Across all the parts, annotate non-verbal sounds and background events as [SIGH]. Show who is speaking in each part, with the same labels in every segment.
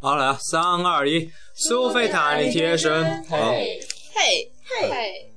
Speaker 1: 好来，三二一，苏菲塔尼贴身。好，
Speaker 2: 嘿，
Speaker 3: 嘿，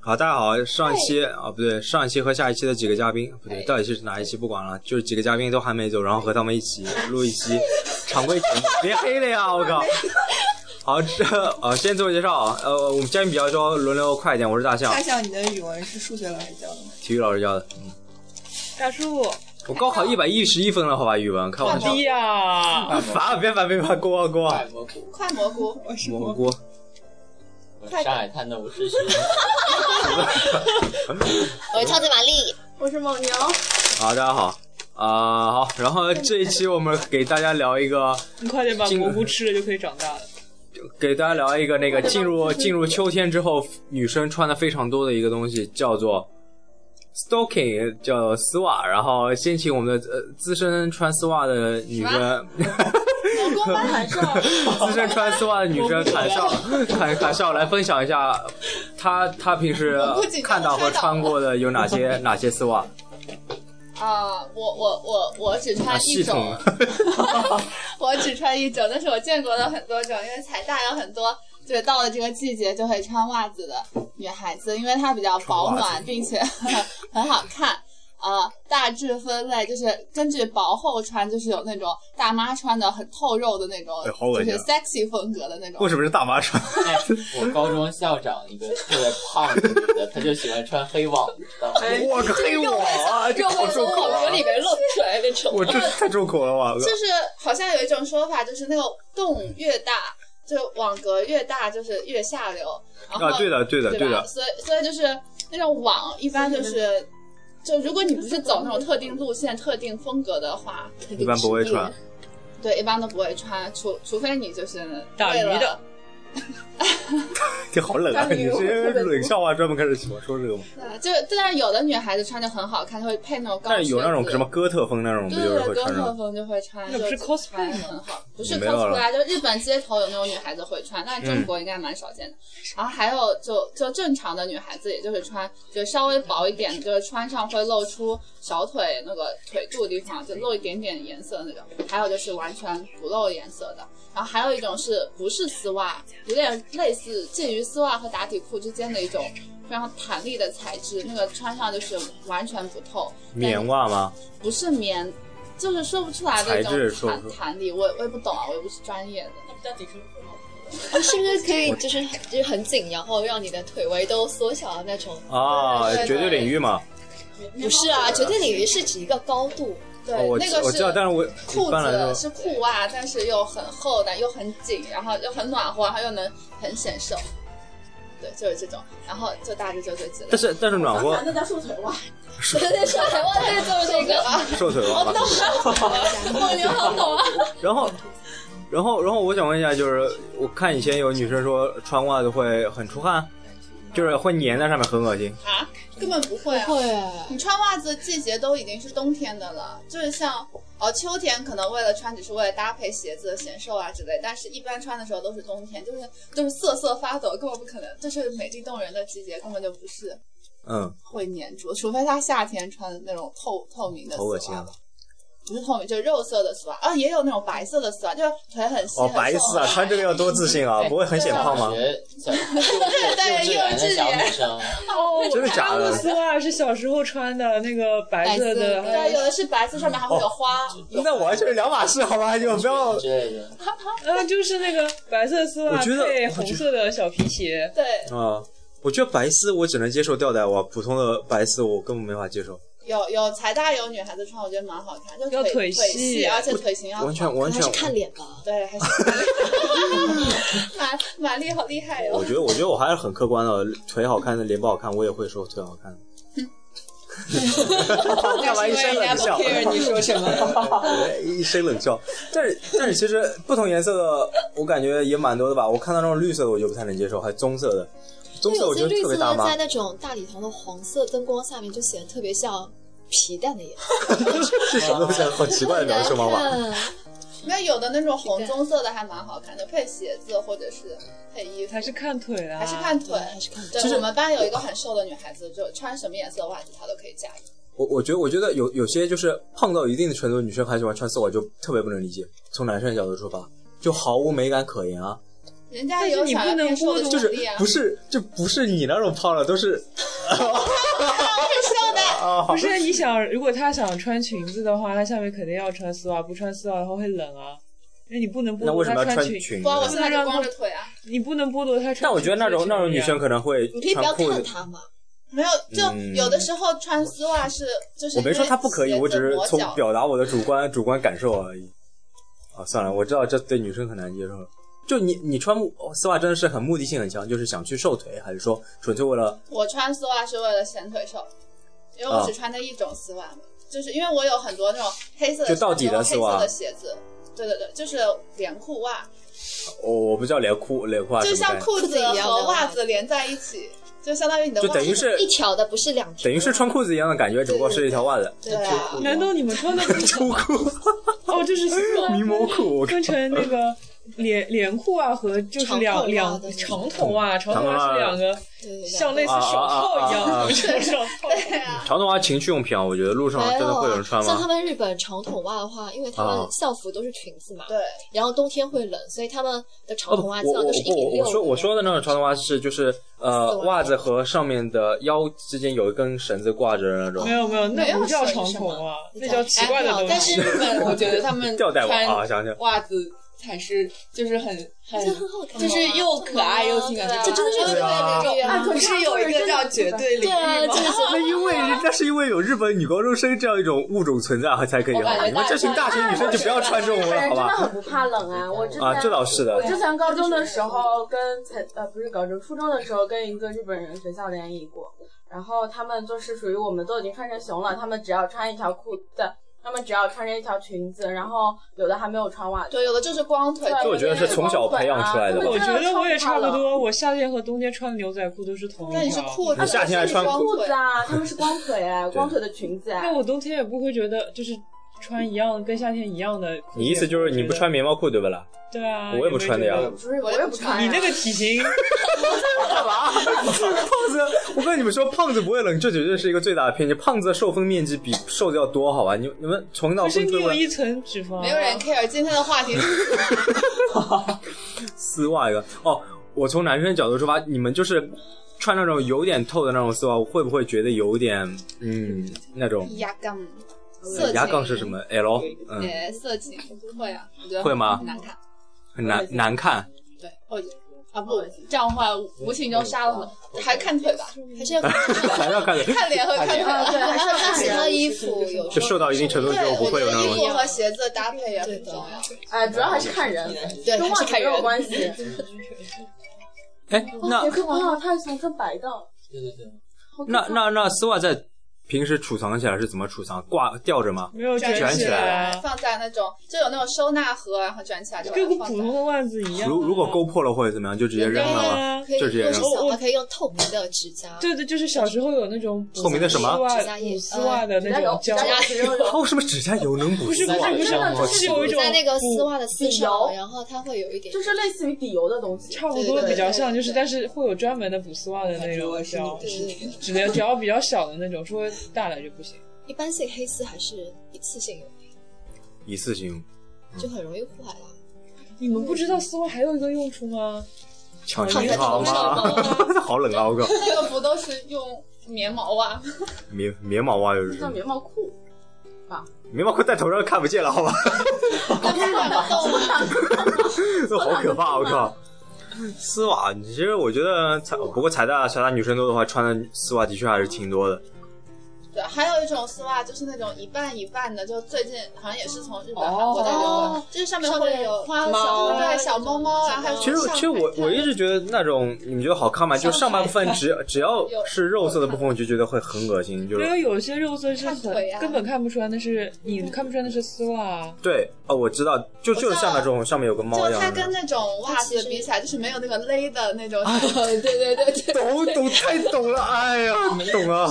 Speaker 1: 好，大家好，上一期啊，不对，上一期和下一期的几个嘉宾，不对，到底是哪一期不管了，就是几个嘉宾都还没走，然后和他们一起录一
Speaker 2: [LAUGHS]
Speaker 1: 期常规节目，别黑了呀，我靠！好，这呃，先自我介绍啊，呃，我们嘉宾比较多，轮流快一点，我是大象
Speaker 2: 大，象，你的语文是数学老师教的吗？
Speaker 1: 体育老师教的，嗯，
Speaker 3: 大叔，
Speaker 1: 我高考一百一十一分了，好吧，语文，开玩笑，
Speaker 3: 低呀！
Speaker 1: 啊烦了，别烦，别烦，过过
Speaker 2: [LAUGHS]
Speaker 4: 卖
Speaker 1: 过，
Speaker 4: 蘑菇，
Speaker 2: 快蘑菇，我是
Speaker 1: 蘑
Speaker 2: 蘑。
Speaker 1: [LAUGHS] 菇，
Speaker 4: 我是上海滩的吴世勋，
Speaker 5: 我是超级玛丽，
Speaker 2: 我是蒙牛。
Speaker 1: 好，大家好，啊、好，然后这一期我们给大家聊一个，
Speaker 3: 你快点把
Speaker 1: 进
Speaker 3: 蘑菇吃了就可以长大了。
Speaker 1: 给大家聊一个那个进
Speaker 2: 哦
Speaker 1: 入进入秋天之后，女生穿的非常多的一个东西，叫做 stocking，叫丝袜。然后先请我们的呃资深穿丝袜的女生，
Speaker 2: 蘑菇班少，
Speaker 1: [LAUGHS] 资深穿丝袜的女生侃
Speaker 2: [LAUGHS]
Speaker 1: 少侃侃少来分享一下她她平时
Speaker 2: 我估计
Speaker 1: 看到和穿过的有哪些哪些丝袜
Speaker 2: 啊，我我我我只
Speaker 1: 啊
Speaker 2: 穿
Speaker 1: 系
Speaker 2: 一种，
Speaker 1: 统。
Speaker 2: [LAUGHS] 我只穿一种，但是我见过的很多种，因为彩蛋有很多，就是到了这个季节就会穿袜子的女孩子，因为它比较保
Speaker 1: 穿袜
Speaker 2: 暖，并且 [LAUGHS] 很好看。啊、大致分类就是根据薄厚穿，就是有那种大妈穿的很透肉的那种，
Speaker 1: 哎好恶
Speaker 2: 就
Speaker 1: 心啊
Speaker 2: 是 sexy 风格的那种
Speaker 1: [LAUGHS] 为。什么是大妈穿？
Speaker 4: 哎，我高中校长一个特别胖的女的，她就喜欢穿黑网，你知道吗？
Speaker 2: 哎
Speaker 1: 我靠，黑我啊！这好重口啊！
Speaker 3: 里面露出来那种。
Speaker 1: 我这太重口了，我
Speaker 2: 就是好像有一种说法，就是那个洞越大，就网格越大，就是越下流。然后
Speaker 1: 啊，对的，对的，
Speaker 2: 对
Speaker 1: 对
Speaker 2: 吧？
Speaker 1: 的，
Speaker 2: 所以所以就是那种网一般就是。就如果你不是走那种特定路线、特定风格的话，
Speaker 1: 一般不会穿。
Speaker 2: 对，一般都不会穿，除除非你就是
Speaker 3: 打
Speaker 2: 为
Speaker 3: 鱼
Speaker 2: 了
Speaker 3: 的，
Speaker 1: 这好冷啊！你是冷笑话专门开始说说这个吗？
Speaker 2: 对，就但是有的女孩子穿就很好看，她会配那种高
Speaker 1: 但是有那种
Speaker 2: 靴子
Speaker 1: 什么哥特风那种，不
Speaker 2: 对
Speaker 1: 就是
Speaker 2: 对
Speaker 1: 会
Speaker 2: 对，
Speaker 1: 穿
Speaker 2: 哥特
Speaker 1: 上？
Speaker 2: 风就会穿，
Speaker 3: 那不是
Speaker 2: 就
Speaker 3: cosplay 吗
Speaker 2: 很好，不是
Speaker 1: 没有了嗯
Speaker 2: cosplay，就啊日本街头有那种女孩子会穿，但是中国应该蛮少见的。然后还有就就正常的女孩子，也就是穿就稍微薄一点，就是穿上会露出小腿那个腿肚地方，就露一点点颜色的那种。还有就是完全不露颜色的。然后还有一种是不是丝袜，有点类似介于丝袜和打底裤之间的一种非常弹力的材质，那个穿上就是完全不透。
Speaker 1: 棉袜吗？
Speaker 2: 不是棉，就是说不出来的一
Speaker 1: 材质
Speaker 2: 种
Speaker 1: 说不
Speaker 2: 弹
Speaker 1: 出
Speaker 2: 弹力，我也我也不懂啊，我也不是专业的。
Speaker 5: 哦，是不是可以就是就是很紧，然后让你的腿围都缩小的那种？
Speaker 1: 啊，绝对领域嘛。
Speaker 5: 不是啊，绝对领域是指一个高度，
Speaker 2: 对，
Speaker 1: 哦我
Speaker 2: 那个
Speaker 1: 我知道，但
Speaker 2: 是
Speaker 1: 是我
Speaker 2: 裤
Speaker 1: 一般来
Speaker 2: 子
Speaker 1: 说，
Speaker 2: 是裤袜，但是又很厚的，又很紧，然后又很暖和，然后又能很显瘦。对，就是这种，然后就大致就这几类
Speaker 1: 但。是但是暖
Speaker 2: [LAUGHS]
Speaker 1: 和
Speaker 2: 那叫瘦腿袜，
Speaker 1: 瘦
Speaker 2: 对，瘦腿袜， [LAUGHS] 对，就是这个。
Speaker 1: [LAUGHS] 瘦腿
Speaker 2: 我
Speaker 1: 袜
Speaker 2: 不
Speaker 1: 吧。
Speaker 2: 懂啊，
Speaker 1: [LAUGHS]
Speaker 2: 我牛好懂啊。
Speaker 1: 然后然后然后我想问一下，就是我看以前有女生说穿袜子会很出汗，就是会粘在上面，很恶心。
Speaker 2: 啊，根本不会啊。
Speaker 5: 会
Speaker 2: 你穿袜子季节都已经是冬天的了，就是像哦秋天可能为了穿只是为了搭配鞋子显瘦啊之类，但是一般穿的时候都是冬天，就是就是瑟瑟发抖，根本不可能，就是美丽动人的季节根本就不是
Speaker 1: 嗯，
Speaker 2: 会粘住，除非他夏天穿那种透透明的丝
Speaker 1: 好恶心
Speaker 2: 袜
Speaker 1: 啊
Speaker 2: 吧，！不是透明就是肉色的丝袜啊，也有那种白色的丝袜，就是腿很细
Speaker 1: 哦，白丝啊，穿这个要多自信啊，不会很显胖吗
Speaker 4: 小？学哎小幼稚园的小女生，
Speaker 3: 哦
Speaker 1: 真的假的
Speaker 3: 我丝袜是小时候穿的那个白
Speaker 2: 白
Speaker 3: 色
Speaker 2: 色
Speaker 3: 的，嗯
Speaker 2: 对，有的是白色，上面还
Speaker 1: 哦
Speaker 2: 会有花。
Speaker 1: [LAUGHS] 那完全是两码事，好吧？就不要
Speaker 4: 之类的，
Speaker 3: 啊，就是那个白色丝
Speaker 1: 我
Speaker 3: 袜
Speaker 1: 觉得
Speaker 3: 配
Speaker 1: 我觉得
Speaker 3: 红色的小皮鞋。
Speaker 2: 对，
Speaker 1: [LAUGHS] 啊。我觉得白丝我只能接受吊带袜，普通的白丝我根本没法接受，
Speaker 2: 有有财大有女孩子穿，我觉得蛮好看，就
Speaker 3: 要
Speaker 2: 腿
Speaker 3: 腿细
Speaker 2: 细，而且腿型要
Speaker 1: 完全完
Speaker 5: 还
Speaker 1: 全
Speaker 5: 是看脸吧。
Speaker 2: 对，还是玛玛丽好厉害
Speaker 1: 我 [LAUGHS]
Speaker 2: 哦！
Speaker 1: 觉得，我觉得我还是很客观的，腿好看的，脸不好看，我也会说腿好 [LAUGHS] 看。干嘛一声冷笑？
Speaker 3: 你说什么？
Speaker 1: [LAUGHS] 一声冷笑。但是，但是其实不同颜色的，我感觉也蛮多的吧。我看到那种绿色的，我就不太能接受，还有棕色的，棕色我
Speaker 5: 有
Speaker 1: 觉
Speaker 5: 些
Speaker 1: 得
Speaker 5: 绿
Speaker 1: 特
Speaker 5: 色
Speaker 1: 别大
Speaker 5: 的
Speaker 1: 妈
Speaker 5: 在。那种大礼堂的黄色灯光下面就显得特别像皮蛋的颜色。
Speaker 1: 这什么东西？好奇怪的描述方法。
Speaker 5: 嗯
Speaker 2: 那有的那种红棕色的还蛮好看的，配鞋子或者是配衣服，
Speaker 3: 还是看腿啦，
Speaker 2: 还是看腿
Speaker 1: 嗯
Speaker 5: 对，。还是看脸。
Speaker 1: 其实
Speaker 2: 对，我们班有一个很瘦的女孩子，就穿什么颜色的袜子她都可以驾驭。
Speaker 1: 我我觉得，我觉得有有些就是胖到一定的程度，女生还喜欢穿丝袜，就特别不能理解。从男生的角度出发，就毫无美感可言啊。
Speaker 2: 人家有想要变瘦的
Speaker 1: 就是
Speaker 2: 能力啊，
Speaker 1: 不是就不是你那种胖了，都
Speaker 5: [LAUGHS]
Speaker 1: 是
Speaker 5: 哦
Speaker 2: 瘦的。
Speaker 1: 啊
Speaker 3: 不是你想，如果他想穿裙子的话，他下面肯定要穿丝袜，不穿丝袜的话会冷啊。因为你不能剥
Speaker 1: 那
Speaker 3: 夺
Speaker 1: 为什么
Speaker 3: 他
Speaker 1: 要穿
Speaker 3: 裙，
Speaker 1: 裙
Speaker 2: 不，
Speaker 1: 子？
Speaker 2: 我
Speaker 1: 呢？
Speaker 2: 现在就光着腿啊，
Speaker 3: 你不能剥夺他穿裙子的权利啊。
Speaker 1: 但我觉得那种那种女生可能会
Speaker 5: 你可以不要
Speaker 1: 穿裤
Speaker 5: 看
Speaker 1: 子，
Speaker 5: 他嘛，
Speaker 2: 没有，就
Speaker 1: 嗯
Speaker 2: 有的时候穿丝袜是就是
Speaker 1: 我没说她不可以，
Speaker 2: 因为
Speaker 1: 我只是
Speaker 2: 鞋子
Speaker 1: 从
Speaker 2: 磨脚
Speaker 1: 表达我的主观主观感受而已。啊，算了，我知道这对女生很难接受。就你你穿木丝袜真的是很目的性很强，就是想去瘦腿，还是说纯粹为了
Speaker 2: 我穿丝袜是为了显腿瘦，因为
Speaker 1: 啊
Speaker 2: 我只穿那一种丝袜嘛，就是因为我有很多那种黑色的
Speaker 1: 就到底的丝袜
Speaker 2: 黑色的鞋子，对对对，就是连裤袜，
Speaker 1: 我我不叫连裤连裤啊什
Speaker 2: 就
Speaker 1: 么概
Speaker 2: 像
Speaker 1: 念？
Speaker 2: 裤
Speaker 5: 裤子
Speaker 2: 子
Speaker 5: 一样
Speaker 2: 和
Speaker 5: 的袜
Speaker 2: 袜子连在一起，就相当于你的
Speaker 1: 就
Speaker 2: 袜
Speaker 1: 等于
Speaker 2: 子。
Speaker 1: 是
Speaker 5: 一条的不是两条。
Speaker 1: 等于是穿裤子一样的感觉，只不过是一条袜子。
Speaker 5: 对
Speaker 4: 那秋
Speaker 5: 啊
Speaker 4: 裤，
Speaker 3: 难道你们穿的不
Speaker 1: [LAUGHS]
Speaker 3: 是
Speaker 1: 秋裤、
Speaker 3: 哦，就是丝袜
Speaker 1: 迷蒙裤，我靠
Speaker 3: 分成那个连连裤袜和就是两两长筒袜，长筒啊
Speaker 1: 啊
Speaker 3: 袜是两个
Speaker 5: 对对
Speaker 3: 像类似手套一样的手套。
Speaker 2: 对啊，
Speaker 1: 长筒袜情趣用品啊，我觉得路上
Speaker 5: 没
Speaker 1: 真的
Speaker 5: 有
Speaker 1: 会有人
Speaker 5: 啊，
Speaker 1: 穿
Speaker 5: 像他
Speaker 1: 吗？
Speaker 5: 们日本长筒袜的话，因为他
Speaker 1: 啊
Speaker 5: 们校服都是裙子嘛，
Speaker 2: 对，
Speaker 5: 然后冬天会冷，所以他们的长
Speaker 1: 哦不，
Speaker 5: 筒
Speaker 1: 我
Speaker 5: 袜基本
Speaker 1: 我
Speaker 5: 上都是一米
Speaker 1: 我
Speaker 5: 六。
Speaker 1: 我说我说的那种长筒袜是就是呃
Speaker 5: 丝袜
Speaker 1: 袜子和上面的腰之间有一根绳子挂着的那种
Speaker 3: [LAUGHS] 没有没有，那不叫长哎筒袜，那叫奇怪的东西。
Speaker 5: 但是
Speaker 6: 日本，我觉得他们
Speaker 1: 吊带袜啊，
Speaker 6: 穿
Speaker 1: 想想
Speaker 6: 袜子才是就是很很
Speaker 5: 这很好看，
Speaker 6: 就是又可爱又性感
Speaker 5: 这真的是
Speaker 1: 对啊
Speaker 5: 特别的
Speaker 6: 不是有一个叫绝对
Speaker 5: 对
Speaker 6: 领
Speaker 5: 啊，
Speaker 6: 域吗
Speaker 5: 这？个
Speaker 1: 那因为那是因为有日本女高中生这样一种物种存在才可以
Speaker 6: 我感
Speaker 1: 好，
Speaker 6: 觉
Speaker 1: 你们这群大学女生就不要穿这种了，好
Speaker 7: 哎真的
Speaker 1: 吧？
Speaker 7: 很不怕冷
Speaker 1: [LAUGHS]
Speaker 7: 啊！我之前、
Speaker 1: 啊，这倒是
Speaker 7: 我
Speaker 1: 的，
Speaker 7: 之前高中的时
Speaker 3: 嗯
Speaker 7: 候跟才呃不是高中，初中的时候跟一个日本人学校联谊过，然后他们就是属于我们都已经穿成熊了，他们只要穿一条裤子，他们只要穿着一条裙子，然后有的还没有穿袜子。
Speaker 2: 对，有的就是光腿，
Speaker 7: 对
Speaker 1: 这我觉得是从小培养出来的吧
Speaker 3: 我觉得我也差不多，我夏天和冬天穿的牛仔裤都是同
Speaker 2: 那
Speaker 3: 一
Speaker 2: 你是
Speaker 3: 条。
Speaker 2: 裤子，
Speaker 1: 你夏天还穿
Speaker 2: 光
Speaker 7: 裤
Speaker 2: 腿
Speaker 7: 子，啊，他
Speaker 1: [LAUGHS]
Speaker 7: 们是光腿哎，光腿的裙子哎
Speaker 3: 那。我冬天也不会觉得就是穿一样跟夏天一样的。
Speaker 1: 你意思就是你不穿？棉毛裤对不啦？
Speaker 3: 对啊，
Speaker 1: 我也不穿的呀
Speaker 3: [LAUGHS] 也没觉得
Speaker 1: 不
Speaker 7: 不是，我也不穿啊呀。
Speaker 3: 你那个
Speaker 1: [LAUGHS]
Speaker 3: 体型，
Speaker 1: 胖子，我跟你们说，胖子不会冷，这绝对是一个最大的偏见。胖子的受风面积比瘦子要多，好吧？你你们从脑
Speaker 3: 不是
Speaker 1: 风
Speaker 3: 你
Speaker 1: 吹过
Speaker 3: 有
Speaker 1: 来
Speaker 3: 一层脂肪。
Speaker 2: 没有人 care。今天的话题是 [LAUGHS]
Speaker 1: 丝袜一个哦，我从男生角度出发，你们就是穿那种有点透的那种丝袜，会不会觉得有点嗯那种
Speaker 2: 压杠，色情
Speaker 1: 牙杠是什？么 L？嗯，
Speaker 2: 呃，色情不会啊，我觉得
Speaker 1: 会吗
Speaker 2: 很难看，
Speaker 1: 很难难看。
Speaker 2: 对，我觉得啊不，这样的话无形中杀了很
Speaker 4: 嗯
Speaker 2: 多，还看腿吧，
Speaker 1: [LAUGHS]
Speaker 5: 还是要看
Speaker 1: 还要看
Speaker 2: 看脸和看腿吧，
Speaker 7: 哦对，还是要
Speaker 5: 看
Speaker 7: 看
Speaker 5: 其
Speaker 7: 人
Speaker 5: 他衣服，有时
Speaker 1: 就
Speaker 5: 候
Speaker 1: 瘦到一定程度之后
Speaker 2: 对，
Speaker 1: 不
Speaker 2: 我
Speaker 1: 会有
Speaker 2: 觉得
Speaker 1: 那
Speaker 2: 衣
Speaker 1: 种
Speaker 2: 服和鞋子的搭配也啊很重
Speaker 6: 啊
Speaker 2: 要。
Speaker 7: 哎，主要还是
Speaker 3: [LAUGHS]
Speaker 7: 看人，
Speaker 5: 对，还
Speaker 7: 跟袜
Speaker 5: 是
Speaker 7: 子
Speaker 5: 看
Speaker 7: 没有
Speaker 5: 人。
Speaker 7: 关系。
Speaker 1: 哎，那
Speaker 7: 别看我，他喜欢穿白的。
Speaker 4: 对对对，
Speaker 7: 好可
Speaker 1: 那
Speaker 7: 怕
Speaker 1: 那那丝袜在平时储藏起来是怎么储藏？挂吊着吗？
Speaker 3: 没有
Speaker 1: 卷起
Speaker 3: 起
Speaker 1: 来
Speaker 3: 啊，
Speaker 2: 放在那种就有那种收纳盒，然后卷起来就把
Speaker 3: 跟
Speaker 2: 它
Speaker 3: 个
Speaker 2: 放
Speaker 3: 普
Speaker 2: 在
Speaker 3: 通。的袜子一样啊。
Speaker 1: 如如果勾破了或者怎么样，就直接扔了吗？
Speaker 3: 啊，
Speaker 5: 可以，
Speaker 1: 就
Speaker 5: 如
Speaker 1: 直接
Speaker 5: 果是
Speaker 1: 扔
Speaker 5: 小的，可以用透明的指甲，
Speaker 3: 对对，就是小时候有那
Speaker 1: [LAUGHS]
Speaker 3: 种
Speaker 1: 透明的什么
Speaker 3: 补丝
Speaker 5: 指甲
Speaker 3: 袜、
Speaker 5: 液
Speaker 3: 补丝袜啊的那种胶
Speaker 7: 指，甲油，指甲油
Speaker 1: 哦，什么指甲油能补
Speaker 3: 不是
Speaker 1: 丝
Speaker 3: 不
Speaker 1: 袜
Speaker 3: 是？不是，
Speaker 4: 我
Speaker 3: 就是有一种
Speaker 5: 在那个丝袜的丝
Speaker 7: 油
Speaker 5: 上，然后它会有一点
Speaker 7: 就。是类似于底油的东西。
Speaker 3: 差不多
Speaker 5: 对对
Speaker 3: 比较
Speaker 5: 对
Speaker 3: 像，
Speaker 5: 对
Speaker 3: 就是
Speaker 5: 对
Speaker 3: 但是会有专门的补丝袜的那种胶，
Speaker 5: 对对对，
Speaker 3: 只能只要比较小的那种，稍微大了就不行。
Speaker 5: 一般性黑丝还是一次性用品，
Speaker 1: 一次性
Speaker 5: 就很容易坏了。
Speaker 3: 你们不知道丝袜还有一个用处吗？
Speaker 1: 抢
Speaker 5: 躺
Speaker 1: 银
Speaker 5: 在
Speaker 1: 行
Speaker 5: 床上
Speaker 1: 吗？ [LAUGHS] 好冷啊！我靠，
Speaker 2: 那个不都是用棉毛啊袜？
Speaker 7: [LAUGHS]
Speaker 1: 棉棉毛袜又是
Speaker 7: 叫
Speaker 1: 什么
Speaker 7: 棉毛裤，
Speaker 1: 棉毛裤戴头上看不见了，好吧？ [LAUGHS]
Speaker 2: 那不是暖得动吗？
Speaker 1: 这好可怕！我靠，丝袜，其实我觉得财不过财大财大女生多的话，穿的丝袜的确还是挺多的。
Speaker 2: 对，还有一种丝袜就是那种一半一半的，就最近好像也是从日本、韩
Speaker 6: 哦
Speaker 2: 国带过来，就是上面会有
Speaker 5: 花
Speaker 2: 猫，
Speaker 5: 小
Speaker 2: 对，小猫猫啊，还有
Speaker 1: 其实，其实我我一直觉得那种你们觉得好看吗？就上半部分只只要是肉色的部分，我就觉得会很恶心，就
Speaker 3: 因
Speaker 1: 是
Speaker 3: 为有些肉色是
Speaker 2: 看腿
Speaker 3: 很
Speaker 2: 啊
Speaker 3: 根本看不出来，那是你看不出来那是丝袜啊。
Speaker 1: 对哦，我知道，就就是像那种上面有个猫
Speaker 2: 就
Speaker 1: 一样
Speaker 2: 它跟
Speaker 1: 的，
Speaker 2: 那种袜子比起来，就是没有那个勒的那
Speaker 1: [LAUGHS]
Speaker 2: 种。啊对对对对，
Speaker 1: 懂懂太懂了，哎呀，懂啊！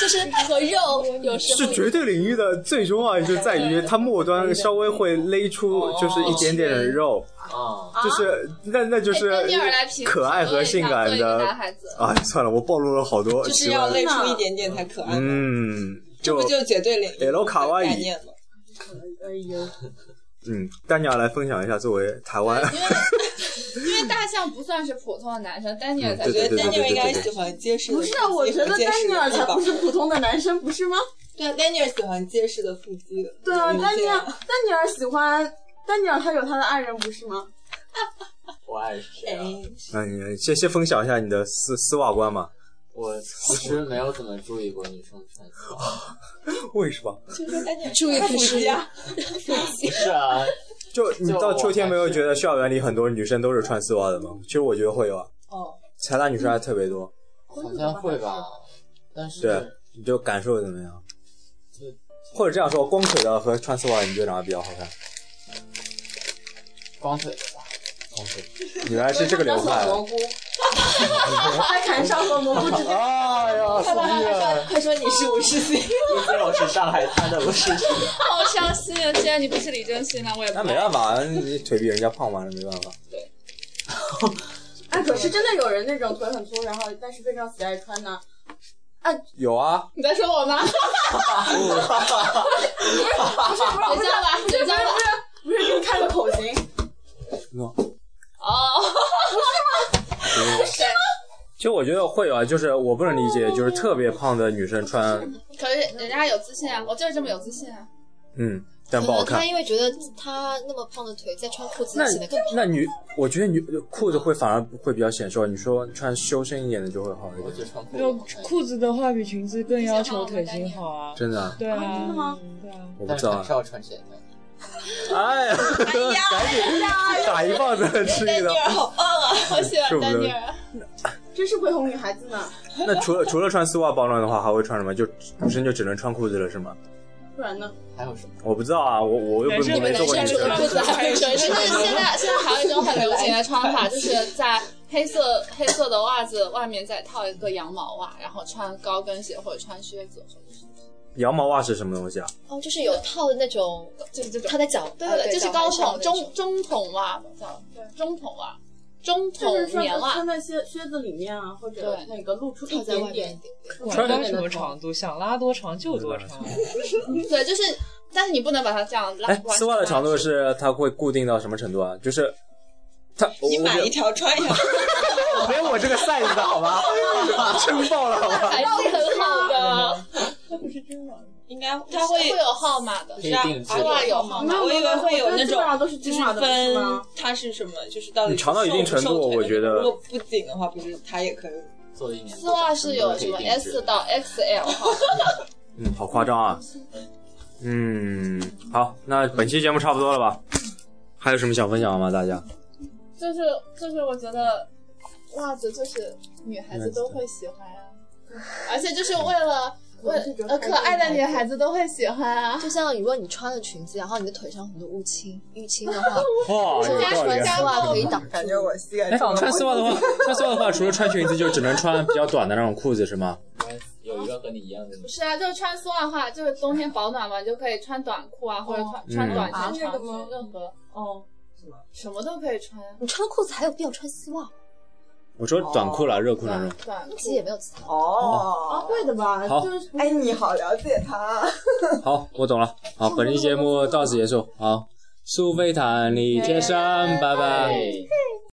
Speaker 5: 就是和肉有时
Speaker 1: 是
Speaker 5: 候
Speaker 1: 绝对领域的最终啊，就在于它末端稍微会勒出就是一点点的肉，
Speaker 4: 啊，
Speaker 1: 就是那那就是
Speaker 2: 跟尼尔来评
Speaker 1: 可爱和性感
Speaker 2: 评论一下做一个
Speaker 1: 的。
Speaker 2: 男孩子。
Speaker 1: 哎，算了，我暴露了好多
Speaker 6: 就是
Speaker 1: 奇
Speaker 6: 要
Speaker 1: 怪的。
Speaker 6: 累啊出一点点才可爱嘛，
Speaker 1: 嗯，
Speaker 6: 这
Speaker 1: 就
Speaker 6: 不就绝对领域
Speaker 1: L 卡哇
Speaker 6: 概
Speaker 1: 伊
Speaker 6: 念吗？
Speaker 7: 哎呦，
Speaker 1: 嗯，丹尼尔来分享一下作为台湾，
Speaker 2: 因为因为大象不算是普通的男生，丹尼尔才
Speaker 1: 嗯
Speaker 6: 我
Speaker 2: 是
Speaker 1: 对
Speaker 6: 觉
Speaker 1: 对
Speaker 6: 得
Speaker 1: 对
Speaker 6: 丹尼尔应
Speaker 1: 对
Speaker 6: 该
Speaker 1: 对
Speaker 6: 喜欢结实的，
Speaker 7: 不是啊，我觉得
Speaker 6: 喜欢结
Speaker 7: 丹
Speaker 6: 实
Speaker 7: 尼
Speaker 6: 的
Speaker 7: 尔
Speaker 6: 地
Speaker 7: 才
Speaker 6: 方
Speaker 7: 不是普通的男生，不是吗？
Speaker 6: 对啊，丹尼尔喜欢结实的腹肌的。
Speaker 7: 对啊，
Speaker 6: 有
Speaker 7: 丹尼
Speaker 6: 这
Speaker 7: 尔，
Speaker 6: 样
Speaker 7: 丹尼尔喜欢丹尼尔，他有他的爱人，不是吗？
Speaker 4: 我爱是谁啊？
Speaker 6: 哎，
Speaker 1: 那你先先分享一下你的丝丝袜观吧？
Speaker 4: 我其实没有怎么注意过女生穿丝袜，
Speaker 1: 为什么？
Speaker 5: 注意不是呀？
Speaker 4: 不是啊，
Speaker 1: 就你到秋天没有觉得校园里很多女生都是穿丝袜的吗？其实我觉得会有啊，
Speaker 6: 哦，
Speaker 1: 财大女生还特别多。
Speaker 4: 好像会吧，但是
Speaker 1: 对，你就感受怎么样
Speaker 4: 嗯？
Speaker 1: 或者这样说，光腿的和穿丝袜，你觉得哪个比较好看？
Speaker 4: 光腿的吧，
Speaker 1: [LAUGHS] 你原来是这个流派啊。
Speaker 7: 蘑菇，他砍上和蘑菇之间，
Speaker 1: 哎呀，啊
Speaker 5: 快快快快快说你是我是谁？
Speaker 4: 毕竟我是上海滩的，不是
Speaker 2: 好伤心。既啊然你不是李真熙，那我也不
Speaker 1: 那没办法，你腿比人家胖完了，没办法。
Speaker 7: 哎，可是真的有人那种腿很粗，然后但是非常喜爱穿呢。
Speaker 1: 有啊，
Speaker 2: 你在说我吗？
Speaker 7: 不
Speaker 2: 绝交吧，绝交吧。
Speaker 7: 不是，给你看个口型，
Speaker 2: 哦，
Speaker 1: 其实我觉得会有啊，就是我不能理解，就是特别胖的女生穿，
Speaker 2: 可是人家有自信啊，我就是这么有自信啊。
Speaker 1: 嗯，但不好
Speaker 5: 他
Speaker 1: 看。
Speaker 5: 因为觉得他那么胖的腿，再穿裤子
Speaker 1: 那
Speaker 5: 显得更胖。
Speaker 1: 那女，我觉得女裤子会反而会比较显瘦。你说穿修身一点的就会好一
Speaker 4: 我
Speaker 1: 点，
Speaker 4: 只穿裤
Speaker 3: 没有
Speaker 4: 子，
Speaker 3: 裤子的话比裙子更要求腿型好啊。
Speaker 1: 真的啊，
Speaker 3: 对啊，
Speaker 7: 啊真的吗？
Speaker 3: 对啊，
Speaker 1: 我不
Speaker 4: 但
Speaker 1: 知
Speaker 4: 是
Speaker 1: 道
Speaker 4: 很
Speaker 1: 啊。
Speaker 4: 少穿鞋的。
Speaker 1: 哎呀， [LAUGHS] 赶紧打一棒子吃一刀。
Speaker 5: 好棒啊！好喜
Speaker 1: 是不是
Speaker 5: 欢丹尼尔。
Speaker 7: 真是会哄女孩子呢。
Speaker 1: [LAUGHS] 那除了除了穿丝袜保暖的话，还会穿什么？就女生就只能穿裤子了是吗？
Speaker 7: 不然呢？
Speaker 4: 还有什么？
Speaker 1: 我不知道啊，我我又
Speaker 3: 男
Speaker 1: 不
Speaker 3: 生
Speaker 1: 我没做过女 [LAUGHS]
Speaker 5: 男生
Speaker 1: 生
Speaker 5: 穿。
Speaker 3: 裤子还会穿
Speaker 2: 但是现在现在还有一种很流行的穿法，就是在黑色黑色的袜子外面再套一个羊毛袜，然后穿高跟鞋或者穿靴子，或者是
Speaker 1: 羊毛袜是什么东西啊？
Speaker 5: 哦，就是有套的那种，
Speaker 2: 就是呃这种
Speaker 5: 套。在脚，
Speaker 2: 对
Speaker 5: 啊
Speaker 2: 对对，就是高筒
Speaker 5: 脚踝上的那
Speaker 2: 中
Speaker 5: 种
Speaker 2: 中筒袜吧，叫对中筒袜，中
Speaker 7: 就是
Speaker 2: 筒
Speaker 7: 穿
Speaker 2: 棉袜
Speaker 7: 穿。在靴靴子里面啊，或者
Speaker 2: 对
Speaker 7: 那个露出
Speaker 5: 套
Speaker 7: 一
Speaker 5: 在
Speaker 7: 点
Speaker 5: 外面一
Speaker 7: 点。
Speaker 5: 点。
Speaker 3: 管它什么长度，想拉多长就多长。
Speaker 2: 对，就是，但是你不能把它这样拉。
Speaker 1: 哎，丝袜的长度是它会固定到什么程度啊？就是它，我
Speaker 6: 你
Speaker 1: 我
Speaker 6: 买一条穿 [LAUGHS] 一条，
Speaker 1: 没有我这个 size 的好吧？撑爆了好吧？
Speaker 2: 还是很好 [LAUGHS] 的，
Speaker 6: 应该
Speaker 2: 它
Speaker 6: 它
Speaker 2: 会
Speaker 6: 会
Speaker 2: 会有号码的
Speaker 4: 可。以定制
Speaker 6: 啊
Speaker 2: 丝袜有号
Speaker 7: 没
Speaker 2: 码，
Speaker 7: 有
Speaker 6: 我以为会有
Speaker 7: 我觉
Speaker 6: 那种
Speaker 7: 得基本上都是
Speaker 6: 就
Speaker 7: 金
Speaker 6: 是
Speaker 7: 码的，
Speaker 6: 分
Speaker 7: 是吗？
Speaker 6: 它是什么，就是到底
Speaker 1: 你长到一定程度
Speaker 6: 瘦不瘦腿
Speaker 1: 我觉得
Speaker 6: 如果不紧的话，不是它也可以。
Speaker 4: 做了一年，
Speaker 2: 丝袜是有什么
Speaker 4: 可以定制
Speaker 2: S 到 XL 号码。
Speaker 1: 嗯，好夸张啊。嗯，好，那本期节目差不多了吧？还有什么想分享的吗？大家？
Speaker 2: 就是就是，我觉得袜子就是女孩子都会喜欢啊，而且就是为了为呃可爱的女孩子都会喜欢啊。
Speaker 5: 就像如果你穿了裙子，然后你的腿上很多乌青、淤青的
Speaker 1: [LAUGHS]
Speaker 5: 话，
Speaker 1: 哇，有道理
Speaker 5: 穿
Speaker 1: 啊。
Speaker 5: 丝袜可以挡
Speaker 6: 感
Speaker 5: 住。
Speaker 6: 觉我膝盖
Speaker 1: 哎，穿丝袜的话，穿丝袜的话，除了穿裙子，就只能穿比较短的那种裤子是吗？
Speaker 4: 有一个和你一样的女
Speaker 2: 不是
Speaker 4: 生，
Speaker 2: 啊，就是穿丝袜的话，就是冬天保暖嘛，你就可以穿短裤啊，或者穿穿短
Speaker 7: 啊
Speaker 2: 裙、
Speaker 7: 这
Speaker 2: 长
Speaker 7: 个
Speaker 2: 裙
Speaker 7: 吗，
Speaker 2: 任何哦，什么都可以穿啊。
Speaker 5: 你穿裤子还有必要穿丝袜？
Speaker 1: 我说短裤啦，热裤那
Speaker 2: 短
Speaker 1: 种。
Speaker 2: [LAUGHS] 短裤
Speaker 5: 其实也没有其他。
Speaker 7: 啊，
Speaker 6: 哦。
Speaker 7: 会的吧？
Speaker 1: 好
Speaker 7: 就是
Speaker 6: 哎，你好了解他。
Speaker 1: 好，我懂了。好，本期节目到此结束。好，苏菲坦李接山，拜拜。
Speaker 4: 对。